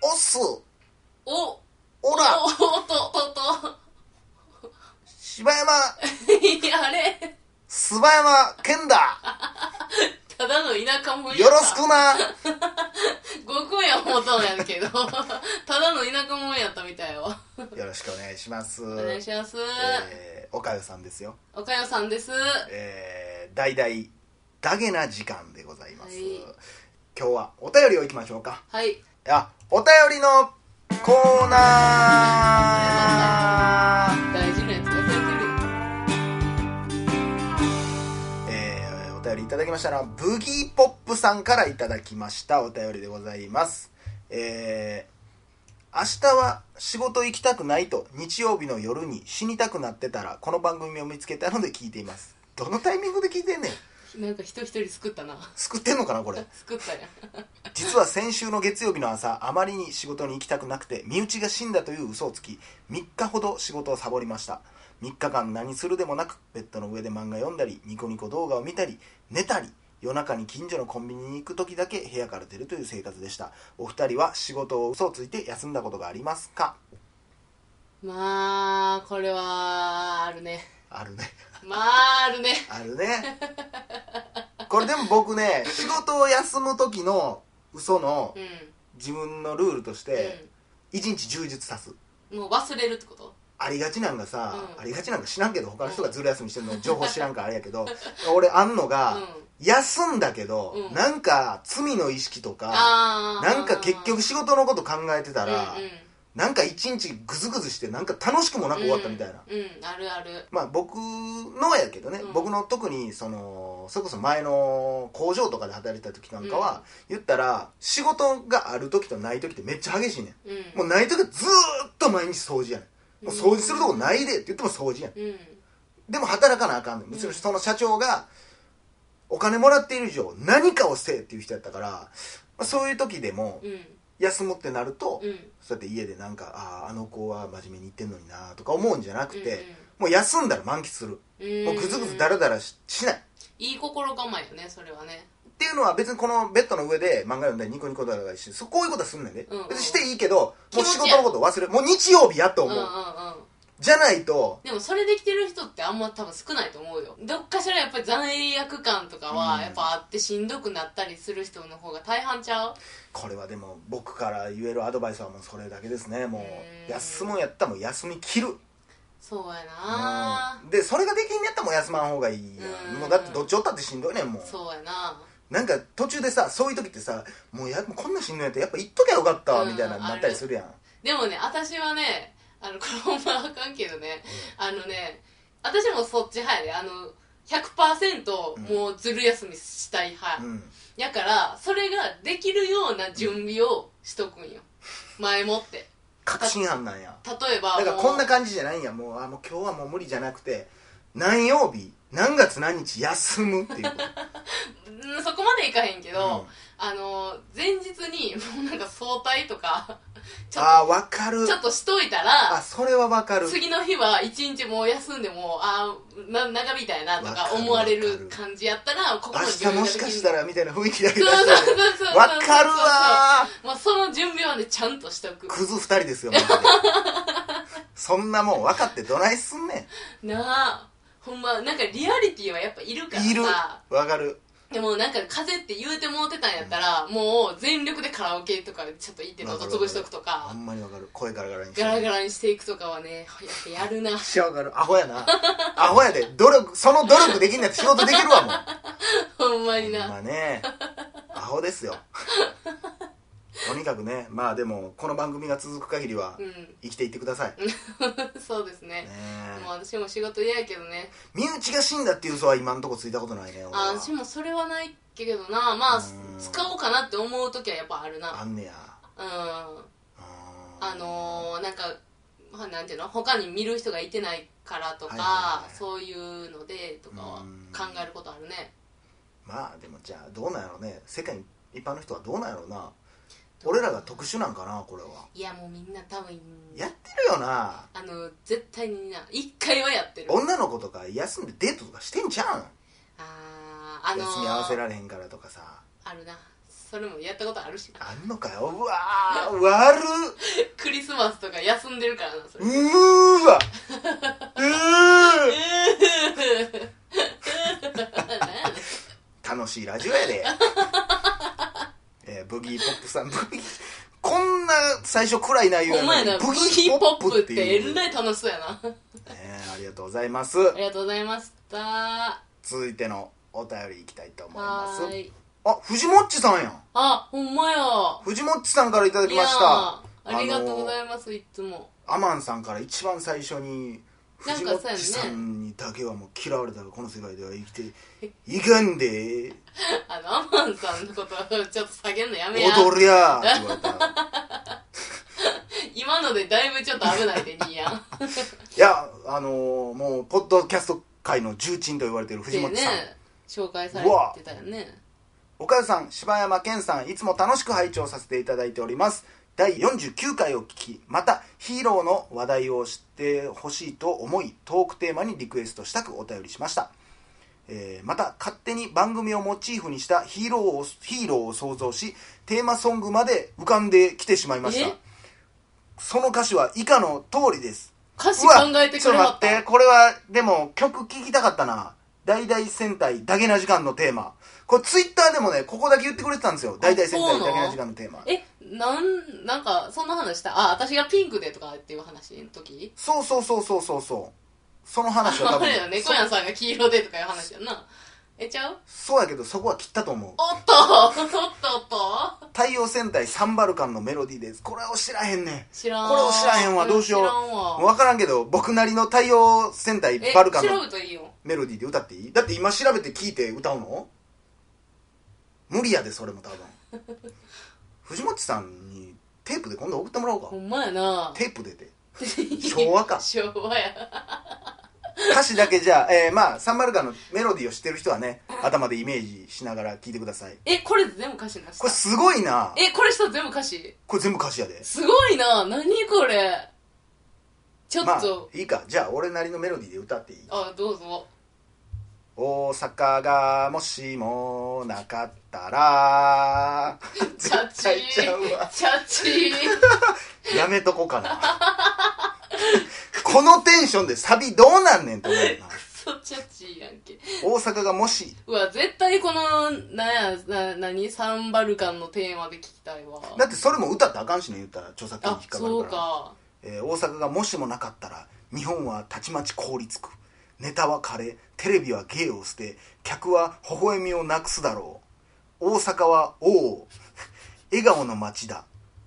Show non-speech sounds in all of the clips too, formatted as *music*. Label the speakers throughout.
Speaker 1: おっす、
Speaker 2: おお
Speaker 1: おら、
Speaker 2: おとと *laughs* と
Speaker 1: 柴山、
Speaker 2: いやあれ
Speaker 1: 須葉山健だ。
Speaker 2: ただの田舎者や
Speaker 1: よろしくな。
Speaker 2: 悟空や思ったんやけど *laughs* ただの田舎者やったみたいよ
Speaker 1: よろしくお願いします。
Speaker 2: お願いします、
Speaker 1: えー、おかよさんですよ。
Speaker 2: おかよさんです
Speaker 1: えー、大々、ダゲな時間でございます。
Speaker 2: はい
Speaker 1: 今日はお便りをいきましょうか。
Speaker 2: はい
Speaker 1: あ、お便りのコーナー。
Speaker 2: 大事なやつ忘れてる
Speaker 1: えーお便りいただきましたのはブギーポップさんからいただきましたお便りでございますえー明日は仕事行きたくないと日曜日の夜に死にたくなってたらこの番組を見つけたので聞いていますどのタイミングで聞いてんねん
Speaker 2: なんか人一人救ったな
Speaker 1: 救ってんのかなこれ
Speaker 2: 救ったや
Speaker 1: 実は先週の月曜日の朝あまりに仕事に行きたくなくて身内が死んだという嘘をつき3日ほど仕事をサボりました3日間何するでもなくベッドの上で漫画読んだりニコニコ動画を見たり寝たり夜中に近所のコンビニに行く時だけ部屋から出るという生活でしたお二人は仕事を嘘をついて休んだことがありますか
Speaker 2: まあこれはあるね
Speaker 1: あるね
Speaker 2: まああるね
Speaker 1: あるねこれでも僕ね仕事を休む時の嘘の
Speaker 2: うん、
Speaker 1: 自分のルールとして
Speaker 2: う
Speaker 1: 1日充実さす
Speaker 2: ん、もう忘れるってこと
Speaker 1: ありがちなんがさ、
Speaker 2: うん
Speaker 1: ありがちなんか知らんけど他の人がずる休みして
Speaker 2: *laughs*
Speaker 1: るの情報知らんからあれやけど俺あんのが、休んだけど、
Speaker 2: うん
Speaker 1: なんか罪の意識とか
Speaker 2: ああ
Speaker 1: なんか結局仕事のこと考えてた、
Speaker 2: からうんうん
Speaker 1: なんか一日グズグズしてなんか楽しくもなく終わったみたいな、
Speaker 2: うん、うんあるある
Speaker 1: まあ僕のやけどね、
Speaker 2: うん
Speaker 1: 僕の特にそのそれこそ前の工場とかで働いてた時なんかは、言ったら仕事がある時とない時ってめっちゃ激しいね
Speaker 2: うん
Speaker 1: んもうない時はずーっと毎日掃除やねんもう掃除するとこないでって言っても掃除やん
Speaker 2: うん
Speaker 1: でも働かなあかんねんむしろその社長がお金もらっている以上何かをせえっていう人やったから、まあ、そういう時でも
Speaker 2: うん
Speaker 1: 休もうってなると、
Speaker 2: うん
Speaker 1: そうやって家でなんかあああの子は真面目に言ってんのになとか思うんじゃなくて、
Speaker 2: うんうん
Speaker 1: もう休んだら満喫する、
Speaker 2: うん
Speaker 1: もうぐずぐずダラダラししないっ
Speaker 2: いい心構えよねそれはね
Speaker 1: ていうのは別にこのベッドの上で漫画読んだりニコニコだらだりしてそこういうことはすんねんで、
Speaker 2: うんうん
Speaker 1: 別にしていいけど
Speaker 2: 気
Speaker 1: も
Speaker 2: 持
Speaker 1: う仕
Speaker 2: ちや
Speaker 1: 事のこと忘れるもう日曜日やと
Speaker 2: うんう
Speaker 1: 思
Speaker 2: ん
Speaker 1: う、
Speaker 2: うん
Speaker 1: じゃないと
Speaker 2: でもそれできてる人ってあんま多分少ないと思うよどっかしらやっぱり罪悪感とか
Speaker 1: う
Speaker 2: は
Speaker 1: ん
Speaker 2: やっぱあってしんどくなったりする人の方が大半ちゃう
Speaker 1: これはでも僕から言えるアドバイスはもうそれだけですねも
Speaker 2: う
Speaker 1: うん休むんやったらもう休み切る
Speaker 2: そうやな
Speaker 1: うんでそれができんやったらもう休まん方がいいやん
Speaker 2: うん
Speaker 1: もうだってどっちおったってしんどいねんもう
Speaker 2: そうやな
Speaker 1: なんか途中でさそういう時ってさもうやこんなしんどいんやったらやっぱ行っときゃよかったわ
Speaker 2: うん
Speaker 1: みたいなのになったりするやん
Speaker 2: でもね私はねあのこれほんまあかんけどねあのね私もそっち派やであの100%もうずる休みしたい派、
Speaker 1: うん
Speaker 2: やからそれができるような準備をしとくんよ前もって
Speaker 1: 確信犯なんや
Speaker 2: 例えば
Speaker 1: だから
Speaker 2: もう
Speaker 1: こんな感じじゃないんやもうあもう今日はもう無理じゃなくて何曜日何月何日休むっていうこ
Speaker 2: うんそこ *laughs* までいかへんけ
Speaker 1: と、うん
Speaker 2: ど、あの前日にもうなんか早退とかちょっ
Speaker 1: あー分か
Speaker 2: と
Speaker 1: る
Speaker 2: ちょっとしといた
Speaker 1: あ
Speaker 2: ら
Speaker 1: それは分かる
Speaker 2: 次の日は一日もう休んでもあーな長引いたやなと
Speaker 1: わか
Speaker 2: か
Speaker 1: る
Speaker 2: 思われ
Speaker 1: わかる
Speaker 2: る感じやったらここの
Speaker 1: 明日もしかした
Speaker 2: ら
Speaker 1: らみたいな雰囲気だけ
Speaker 2: そ
Speaker 1: 出
Speaker 2: うそう
Speaker 1: してる
Speaker 2: そうそう
Speaker 1: わかるわー
Speaker 2: もうその準備はねちゃんとしとく
Speaker 1: クズ二人ですよマジでそんなもん分かってどないすんね
Speaker 2: なあほんまなんかリアリティはやっぱいるから
Speaker 1: ん
Speaker 2: さ
Speaker 1: いる分かる
Speaker 2: でもなんか風邪って言うてもうてたんやったら、もう全力でカラオケとかちょっと行って喉潰しとくと
Speaker 1: ほ
Speaker 2: か
Speaker 1: んまに分かる声ガラガラにして
Speaker 2: ガラガラにしていくとかはねやっぱや
Speaker 1: *laughs*
Speaker 2: るな
Speaker 1: し上がるアホやなアホやで努力その努力できんなって仕事できるわもう
Speaker 2: ほんまに
Speaker 1: ほん
Speaker 2: な
Speaker 1: まねアホですよとにかくねまあでもこの番組が続く限りは
Speaker 2: うん
Speaker 1: 生きていってください、ね
Speaker 2: *laughs* そうですね
Speaker 1: え
Speaker 2: もう私も仕事嫌やけどね
Speaker 1: 身内が死んだっていう嘘は今んとこついたことないね俺は
Speaker 2: あ私もそれはないけどなまあ
Speaker 1: うん
Speaker 2: 使おうかなって思う時はやっぱあるな
Speaker 1: あんねや
Speaker 2: うん
Speaker 1: うん
Speaker 2: あのー、なんかまあなんていうの他に見る人がいてないからとか、
Speaker 1: はいはいはい
Speaker 2: そういうのでとかは考えることあるね
Speaker 1: まあでもじゃあどうなんやろうね世界一般の人はどうなんやろうな俺らが特殊なんかなこれはい
Speaker 2: やもうみんな多分
Speaker 1: やってるよな
Speaker 2: あの絶対にな一回はやってる
Speaker 1: 女の子とか休んでデートとかしてんじゃん
Speaker 2: ああのー
Speaker 1: 休み合わせられへんからとかさ
Speaker 2: あるなそれもやったことあるしな
Speaker 1: あんのかようわー悪っ
Speaker 2: クリスマスとか休んでるからなそれ
Speaker 1: うー
Speaker 2: *laughs*
Speaker 1: わうー
Speaker 2: *laughs*
Speaker 1: 楽しいラジオや
Speaker 2: *laughs*
Speaker 1: で、えーブギーポップさんブギーこんな最初暗い内容
Speaker 2: お前なブギーポップってえらい楽しそうやな
Speaker 1: ねえありがとうございます
Speaker 2: ありがとうございましたは
Speaker 1: 続いてのお便りいきたいと思います
Speaker 2: ーい
Speaker 1: あ藤もっちさんやん
Speaker 2: あほんまや
Speaker 1: 藤もっちさんからいただきました
Speaker 2: いやーありがとうございますいつも *laughs*
Speaker 1: アマンさんから一番最初に
Speaker 2: なん
Speaker 1: 藤
Speaker 2: か
Speaker 1: もっちさんにだけはもう嫌われたらこの世界では生きていかんで
Speaker 2: あのアマンさんのことちょっと下げんのやめや
Speaker 1: 踊りゃーって言われた
Speaker 2: 今のでだいぶちょっと危ないでにやん
Speaker 1: いやあのーもうポッドキャスト界の重鎮と言われてる藤
Speaker 2: で
Speaker 1: 本
Speaker 2: ね
Speaker 1: さん、
Speaker 2: 紹介されてたよね
Speaker 1: 岡田さん柴山健さんいつも楽しく拝聴させていただいております第49回を聞きまたヒーローの話題を知ってほしいと思いトークテーマにリクエストしたくお便りしました、えーまた勝手に番組をモチーフにしたヒーローをヒーローを想像しテーマソングまで浮かんできてしまいました
Speaker 2: え
Speaker 1: その歌詞は以下の通りです
Speaker 2: 歌詞
Speaker 1: う
Speaker 2: 考
Speaker 1: わ
Speaker 2: えてくれはっ
Speaker 1: ちょっと待って
Speaker 2: た
Speaker 1: これはでも曲聴きたかったな「大々戦隊だけな時間」のテーマこれツイッターでもねここだけ言ってくれてたんですよ「大々戦隊だけな時間」のテーマ
Speaker 2: えなんなんかそんな話したあ私がピンクでとかっていう話の時
Speaker 1: そうそうそうそうそうそうその話は多
Speaker 2: あ
Speaker 1: 分
Speaker 2: *laughs* れよね
Speaker 1: そ
Speaker 2: 小屋さんが黄色でとかいう話やんなえちゃう
Speaker 1: そうやけどそこは切ったと思う
Speaker 2: おっと *laughs* おっとおっと
Speaker 1: 「太陽戦隊サンバルカン」のメロディーですこれを知らへんね
Speaker 2: 知らん
Speaker 1: これを知らへんわどうしよう
Speaker 2: 知らんわ
Speaker 1: ん分からんけど僕なりの「太陽戦隊
Speaker 2: え
Speaker 1: バルカン」
Speaker 2: 調
Speaker 1: の
Speaker 2: べたらいいよ
Speaker 1: メロディーで歌っていいだって今調べて聞いて歌うの無理やでそれも多分 *laughs* 藤本さんにテープで今度送ってもらおうか
Speaker 2: ほんまやな
Speaker 1: テープで
Speaker 2: *laughs*
Speaker 1: て昭和か
Speaker 2: 昭和や
Speaker 1: 歌詞だけじゃあ、えーまあサンバルカンのメロディーを知ってる人はね頭でイメージしながら聞いてください
Speaker 2: えこれ全部歌詞なし
Speaker 1: これすごいな
Speaker 2: えこれした全部歌詞
Speaker 1: これ全部歌詞やです
Speaker 2: ごいな何これちょ
Speaker 1: ま
Speaker 2: っ
Speaker 1: あ
Speaker 2: と、
Speaker 1: いいかじゃあ俺なりのメロディーで歌っていい
Speaker 2: あどうぞ
Speaker 1: 大阪がもしもなかった
Speaker 2: *laughs*
Speaker 1: ら
Speaker 2: チャ
Speaker 1: 絶
Speaker 2: チー
Speaker 1: 対ちゃうわ
Speaker 2: チャチー
Speaker 1: やめとこうかな。このテンションでサビどうなんねんと思うな
Speaker 2: ク。ソチャチーやんけ
Speaker 1: 大阪がもし、
Speaker 2: うわ絶対このなんやな何サンバルカンのテーマで聞きたいわ
Speaker 1: だってそれも歌ったらあかんしね、言ったら著作権に
Speaker 2: あ
Speaker 1: 引っかか
Speaker 2: そう
Speaker 1: るから。
Speaker 2: か
Speaker 1: えー大阪がもしもなかったら、日本はたちまち凍りつく。ネタは枯れ、テレビは芸を捨て、客は微笑みをなくすだろう。大阪は王を、笑顔の街だ。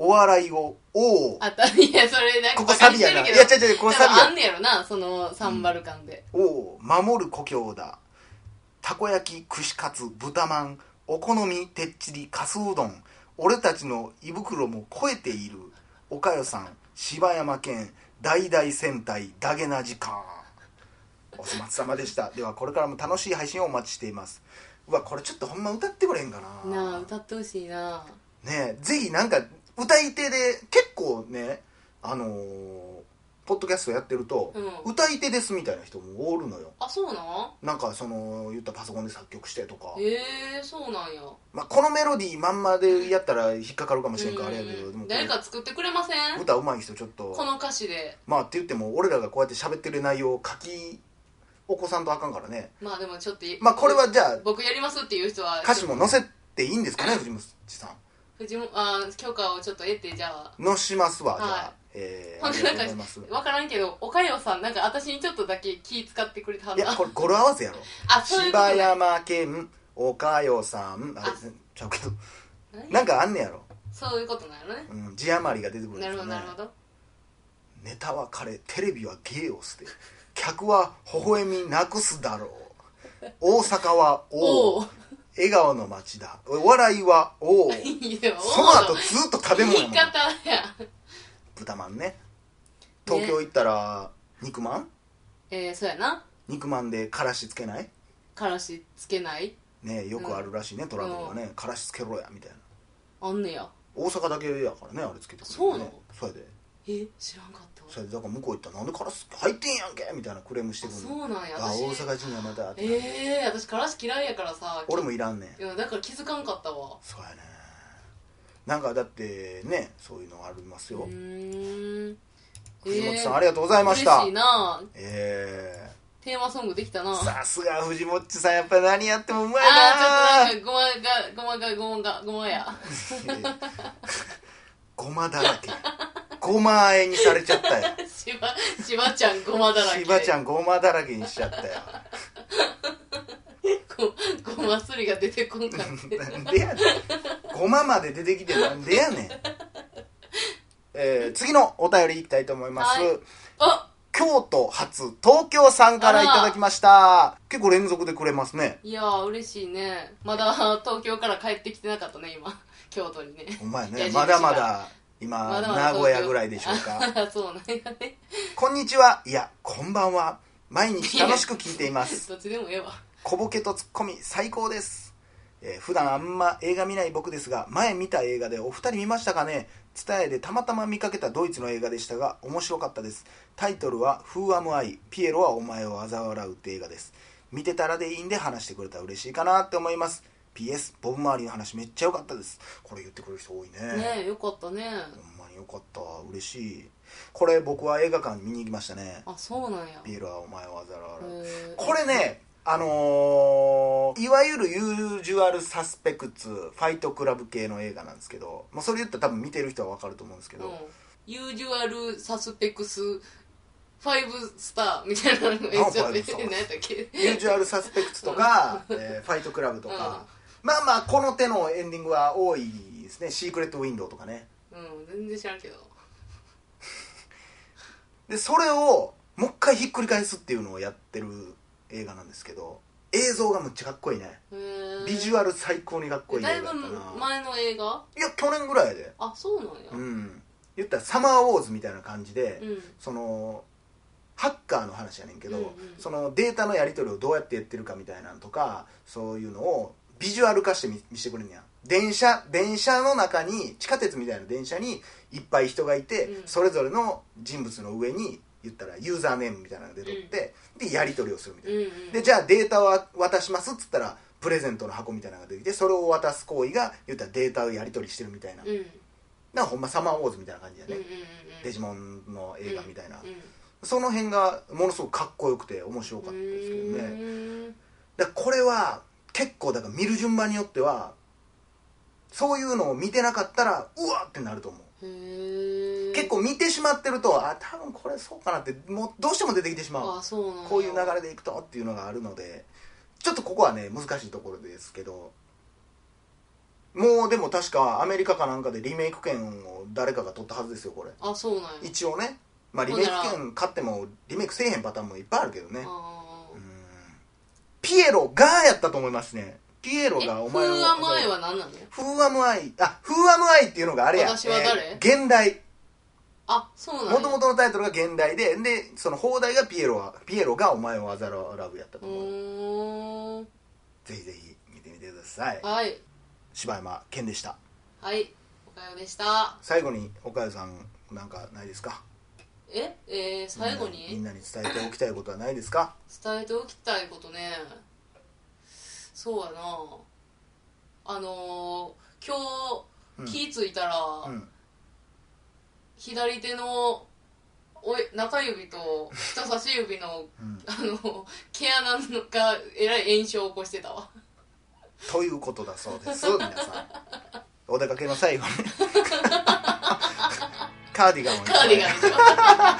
Speaker 1: お笑いを王を、
Speaker 2: あたいやそれなんか
Speaker 1: ここ
Speaker 2: バカ
Speaker 1: サ
Speaker 2: に
Speaker 1: ビ
Speaker 2: し
Speaker 1: や
Speaker 2: てる
Speaker 1: な。い
Speaker 2: けど
Speaker 1: や、違う違う、これサビ
Speaker 2: 多分
Speaker 1: や
Speaker 2: あん。ねやろなそのサンバルカンで、
Speaker 1: を守る故郷だたこ焼き串カツ豚まんお好みてっちりかすうどん俺たちの胃袋も超えているおかよさん柴山県大々戦隊ダゲな時間お粗末様でしたではこれからも楽しい配信をお待ちしていますうわこれちょっとほんま歌ってくれへんかな
Speaker 2: なあ歌ってほしいな
Speaker 1: ねえぜひなんか歌い手で結構ねあのーポッドキャストやってると、
Speaker 2: うん
Speaker 1: 歌い手ですみたいな人もおるのよ
Speaker 2: あそうなん
Speaker 1: なんかその言ったらパソコンで作曲してとか、
Speaker 2: ええそうなんや
Speaker 1: まあ、このメロディーまんまでやったら引っかかるかもしれんからあれやけ
Speaker 2: う
Speaker 1: ど
Speaker 2: ん
Speaker 1: でもこ
Speaker 2: 誰
Speaker 1: れ
Speaker 2: か作ってくれません
Speaker 1: 歌うまい人ちょっと
Speaker 2: この歌詞で
Speaker 1: まあって言っても俺らがこうやって喋ってる内容を書き起こさんとあかんからね
Speaker 2: まあでもちょっと
Speaker 1: まあこれはじゃあ
Speaker 2: 僕やりますっていう人は
Speaker 1: 歌詞も載せていいんですかね藤本さ
Speaker 2: 藤本あー許可をちょっと得てじゃあ
Speaker 1: ん載しますわじゃあ、
Speaker 2: はい
Speaker 1: えー、
Speaker 2: ほ
Speaker 1: あ
Speaker 2: ん
Speaker 1: り
Speaker 2: で
Speaker 1: がとう
Speaker 2: なんか
Speaker 1: ございます
Speaker 2: 分からんけどおかよさんなんか私にちょっとだけ気使ってくれたん
Speaker 1: いや
Speaker 2: だ
Speaker 1: これ語呂合わせやろ
Speaker 2: あそういうこと
Speaker 1: 柴山県岡代さんあれ
Speaker 2: あ
Speaker 1: ちゃうけど
Speaker 2: ね
Speaker 1: なんかあんねやろ、
Speaker 2: そういうことなのね
Speaker 1: うん、字余りが出てくるんです
Speaker 2: な
Speaker 1: よ
Speaker 2: る
Speaker 1: ね
Speaker 2: ほどなるほど
Speaker 1: ネタは枯れテレビは芸を捨て客は微笑みなくすだろう大阪は王
Speaker 2: おう
Speaker 1: 笑顔の街だお笑いは王
Speaker 2: *laughs* いいよ
Speaker 1: その後ずっと食べ物
Speaker 2: 言
Speaker 1: や
Speaker 2: い
Speaker 1: もん
Speaker 2: 方や
Speaker 1: 豚まんね東京行ったら肉まん
Speaker 2: えー、そうやな
Speaker 1: 肉まんでからしつけない
Speaker 2: からしつけない
Speaker 1: ねよくあるらしいね、トラブルはねからしつけろやみたいな
Speaker 2: あんねや
Speaker 1: 大阪だけやからねあれつけてくれる
Speaker 2: そうなの
Speaker 1: そうやで
Speaker 2: ええ知らんかった
Speaker 1: それでだから向こう行ったら「なんでカラス入ってんやんけ!」みたいなクレームして
Speaker 2: あ
Speaker 1: くる
Speaker 2: そうなんや
Speaker 1: あ
Speaker 2: 私
Speaker 1: 大阪人やまたってなる
Speaker 2: ええ私からし嫌いやからさ
Speaker 1: 俺もいらんねん
Speaker 2: いやだから気づかんかったわ
Speaker 1: そうやねなんかだってねそういうのあります
Speaker 2: う
Speaker 1: よ
Speaker 2: ーん
Speaker 1: 藤本さん、
Speaker 2: えー
Speaker 1: ありがとうございました
Speaker 2: 嬉しいな
Speaker 1: え
Speaker 2: テーマソングできた
Speaker 1: ー、
Speaker 2: なあ
Speaker 1: さすが藤本さんやっぱ何やってもうまい
Speaker 2: あ
Speaker 1: な
Speaker 2: ーちょっとなんかごまがごまがごまがごまや
Speaker 1: ごまだらけごまあえにされちゃったよ
Speaker 2: しばしばちゃんごまだらけ
Speaker 1: しばちゃ
Speaker 2: ん
Speaker 1: んごまだらけにしちゃったよ
Speaker 2: ごごますりが出てこんかって
Speaker 1: *laughs* なんでやねんごままで出てきてなんでやねん、えー、次のお便りいきたいと思います、
Speaker 2: はいあ
Speaker 1: 京都発東京さんからいただきました結構連続でくれますね
Speaker 2: いやー嬉しいねまだ東京から帰ってきてなかったね今京都にね
Speaker 1: お前
Speaker 2: いや
Speaker 1: ね
Speaker 2: 印が
Speaker 1: まだまだ今
Speaker 2: まだまだ
Speaker 1: 名
Speaker 2: 東京
Speaker 1: 古屋ぐらいでしょうか
Speaker 2: *laughs* あそうなんやね
Speaker 1: こんにちはいやこんばんは毎日楽しく聞いています
Speaker 2: どっちでもええわ
Speaker 1: 小ボケとツッコミ最高です、えー普段あんま映画見ない僕ですが前見た映画でお二人見ましたかね伝えでたまたま見かけたドイツの映画でしたが面白かったですタイトルは「Who am I? ピエロはお前を嘲笑う」って映画です見てたらでいいんで話してくれたら嬉しいかなって思います PS ボブ周りの話めっちゃ良かったですこれ言ってくれる人多いね
Speaker 2: ねえよかった
Speaker 1: ほ
Speaker 2: ね
Speaker 1: んまに良かった嬉しいこれ僕は映画館見に行きましたね
Speaker 2: あそうなんや
Speaker 1: ピエロはお前を嘲笑う、
Speaker 2: へー
Speaker 1: これねあのーいわゆるユージュアルサスペクツファイトクラブ系の映画なんですけど、まあ、それ言ったら多分見てる人は分かると思うんですけど、
Speaker 2: うんユージュアルサスペクスファイブスターみたいなのが
Speaker 1: あ
Speaker 2: 一応
Speaker 1: フ
Speaker 2: 出
Speaker 1: ァイブスタ
Speaker 2: て
Speaker 1: ー
Speaker 2: 何やったっけ
Speaker 1: ユージュアルサスペクツと
Speaker 2: *laughs*
Speaker 1: か、えーファイトクラブとか、まあまあこの手のエンディングは多いですねシークレットウィンドウとかね
Speaker 2: うん全然知らんけど
Speaker 1: でそれをもう一回ひっくり返すっていうのをやってる映画なんですけど映像がむっちゃかっこいいねビジュ
Speaker 2: ア
Speaker 1: アル最高にかっこいい映
Speaker 2: だ
Speaker 1: 画
Speaker 2: い
Speaker 1: だっ
Speaker 2: ぶ
Speaker 1: たない
Speaker 2: 前の映画
Speaker 1: や去年ぐらいやで
Speaker 2: あそうなんや
Speaker 1: う
Speaker 2: うん
Speaker 1: ん言ったらサマーウォーズみたいな感じで、
Speaker 2: うん
Speaker 1: そのハッカーの話やねんけど、
Speaker 2: うんうん
Speaker 1: そのデータのやり取りをどうやってやってるかみたいなのとかそういうのをビジュアル化して見見せてくれんねや電車電車の中に地下鉄みたいな電車にいっぱい人がいて、
Speaker 2: うん
Speaker 1: それぞれの人物の上に言ったらユーザーネームみたいなので取って、でやり取りをするみたいな、
Speaker 2: うん
Speaker 1: でじゃあデータを渡しますっつったらプレゼントの箱みたいなのが出てきてそれを渡す行為が言ったらデータをやり取りしてるみたいな、
Speaker 2: うんうん
Speaker 1: なんかほんまサマーウォーズみたいな感じやね、
Speaker 2: うんうん
Speaker 1: デジモンの映画みたいな、
Speaker 2: うんうん
Speaker 1: その辺がものすごくかっこよくて面白かったですけど
Speaker 2: う
Speaker 1: ね
Speaker 2: ーん
Speaker 1: だからこれは結構だから見る順番によってはそういうのを見てなかったらうわってなると思う
Speaker 2: へえ
Speaker 1: 結構見てしまってるとあ多分これそうかなってもうどうしても出てきてしまう
Speaker 2: あそうなんや
Speaker 1: こういう流れでいくとっていうのがあるのでちょっとここはね難しいところですけどもうでも確かアメリカかなんかでリメイク権を誰かが取ったはずですよこれ
Speaker 2: あそうなんや
Speaker 1: 一応ね、まあ、リ
Speaker 2: ほん
Speaker 1: メイ
Speaker 2: な
Speaker 1: ク
Speaker 2: ら
Speaker 1: 権買ってもリメイクせえへんパターンもいっぱいあるけどね
Speaker 2: あ
Speaker 1: う
Speaker 2: ー
Speaker 1: んピエロがやったと思いますねピエロ
Speaker 2: え
Speaker 1: がお
Speaker 2: フ
Speaker 1: 前を
Speaker 2: ーアムアイは何なの
Speaker 1: フーアムアイあフーアムアイっていうのがあれや
Speaker 2: 私は誰
Speaker 1: えー現代
Speaker 2: あそうなん
Speaker 1: も
Speaker 2: や
Speaker 1: ともとのタイトルが現代ででその放題がピエロはピエロがお前をあざらうやった
Speaker 2: う
Speaker 1: と思う
Speaker 2: ーん
Speaker 1: ぜひぜひ見てみてください
Speaker 2: はい
Speaker 1: 柴山健でした
Speaker 2: はいおかよでした
Speaker 1: 最後に岡谷さんなんかないですか
Speaker 2: ええー、最後
Speaker 1: み
Speaker 2: に
Speaker 1: んなに伝えておきたいことはないですか
Speaker 2: 伝えておきたいことねそうやなあのー、今
Speaker 1: うん
Speaker 2: 日気付いたら、
Speaker 1: うん
Speaker 2: 左手のおい中指と人差し指の
Speaker 1: うん
Speaker 2: *laughs* あの毛穴がえらい炎症を起こしてたわ
Speaker 1: ということだそうです皆さんお出かけの最後
Speaker 2: *laughs*
Speaker 1: にカーディガンを
Speaker 2: カーディガンにしました
Speaker 1: 羽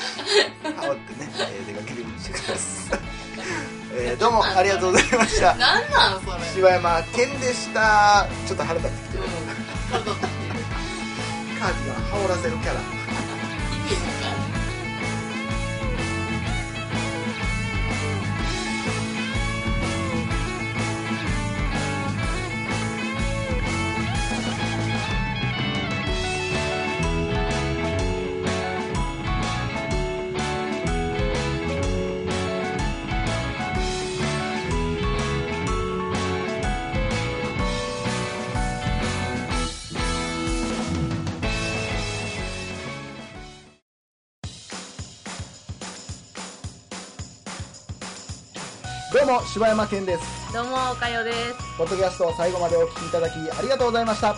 Speaker 1: 織ってね、えー出かけるようにしてください、 *laughs* えーどうもありがとうございました
Speaker 2: 何なんそれうん
Speaker 1: 柴山健でしたちょっと腹立ってきてる
Speaker 2: 腹立ってきてる
Speaker 1: カーディガン羽織らせるキャラ
Speaker 2: 意味わかんない
Speaker 1: どうも柴山健です
Speaker 2: *laughs* どうもおかよです
Speaker 1: ポッドキャストを最後までお聞きいただきありがとうございました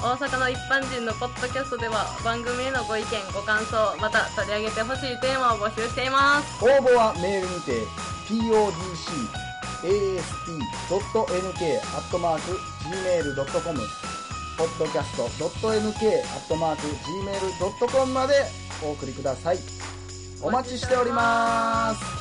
Speaker 2: 大阪の一般人のポッドキャストでは番組へのご意見ご感想また取り上げてほしいテーマを募集しています
Speaker 1: 応募はメールにて podcast.nk.gmail.com podcast.nk.gmail.com までお送りくださいお待ちしております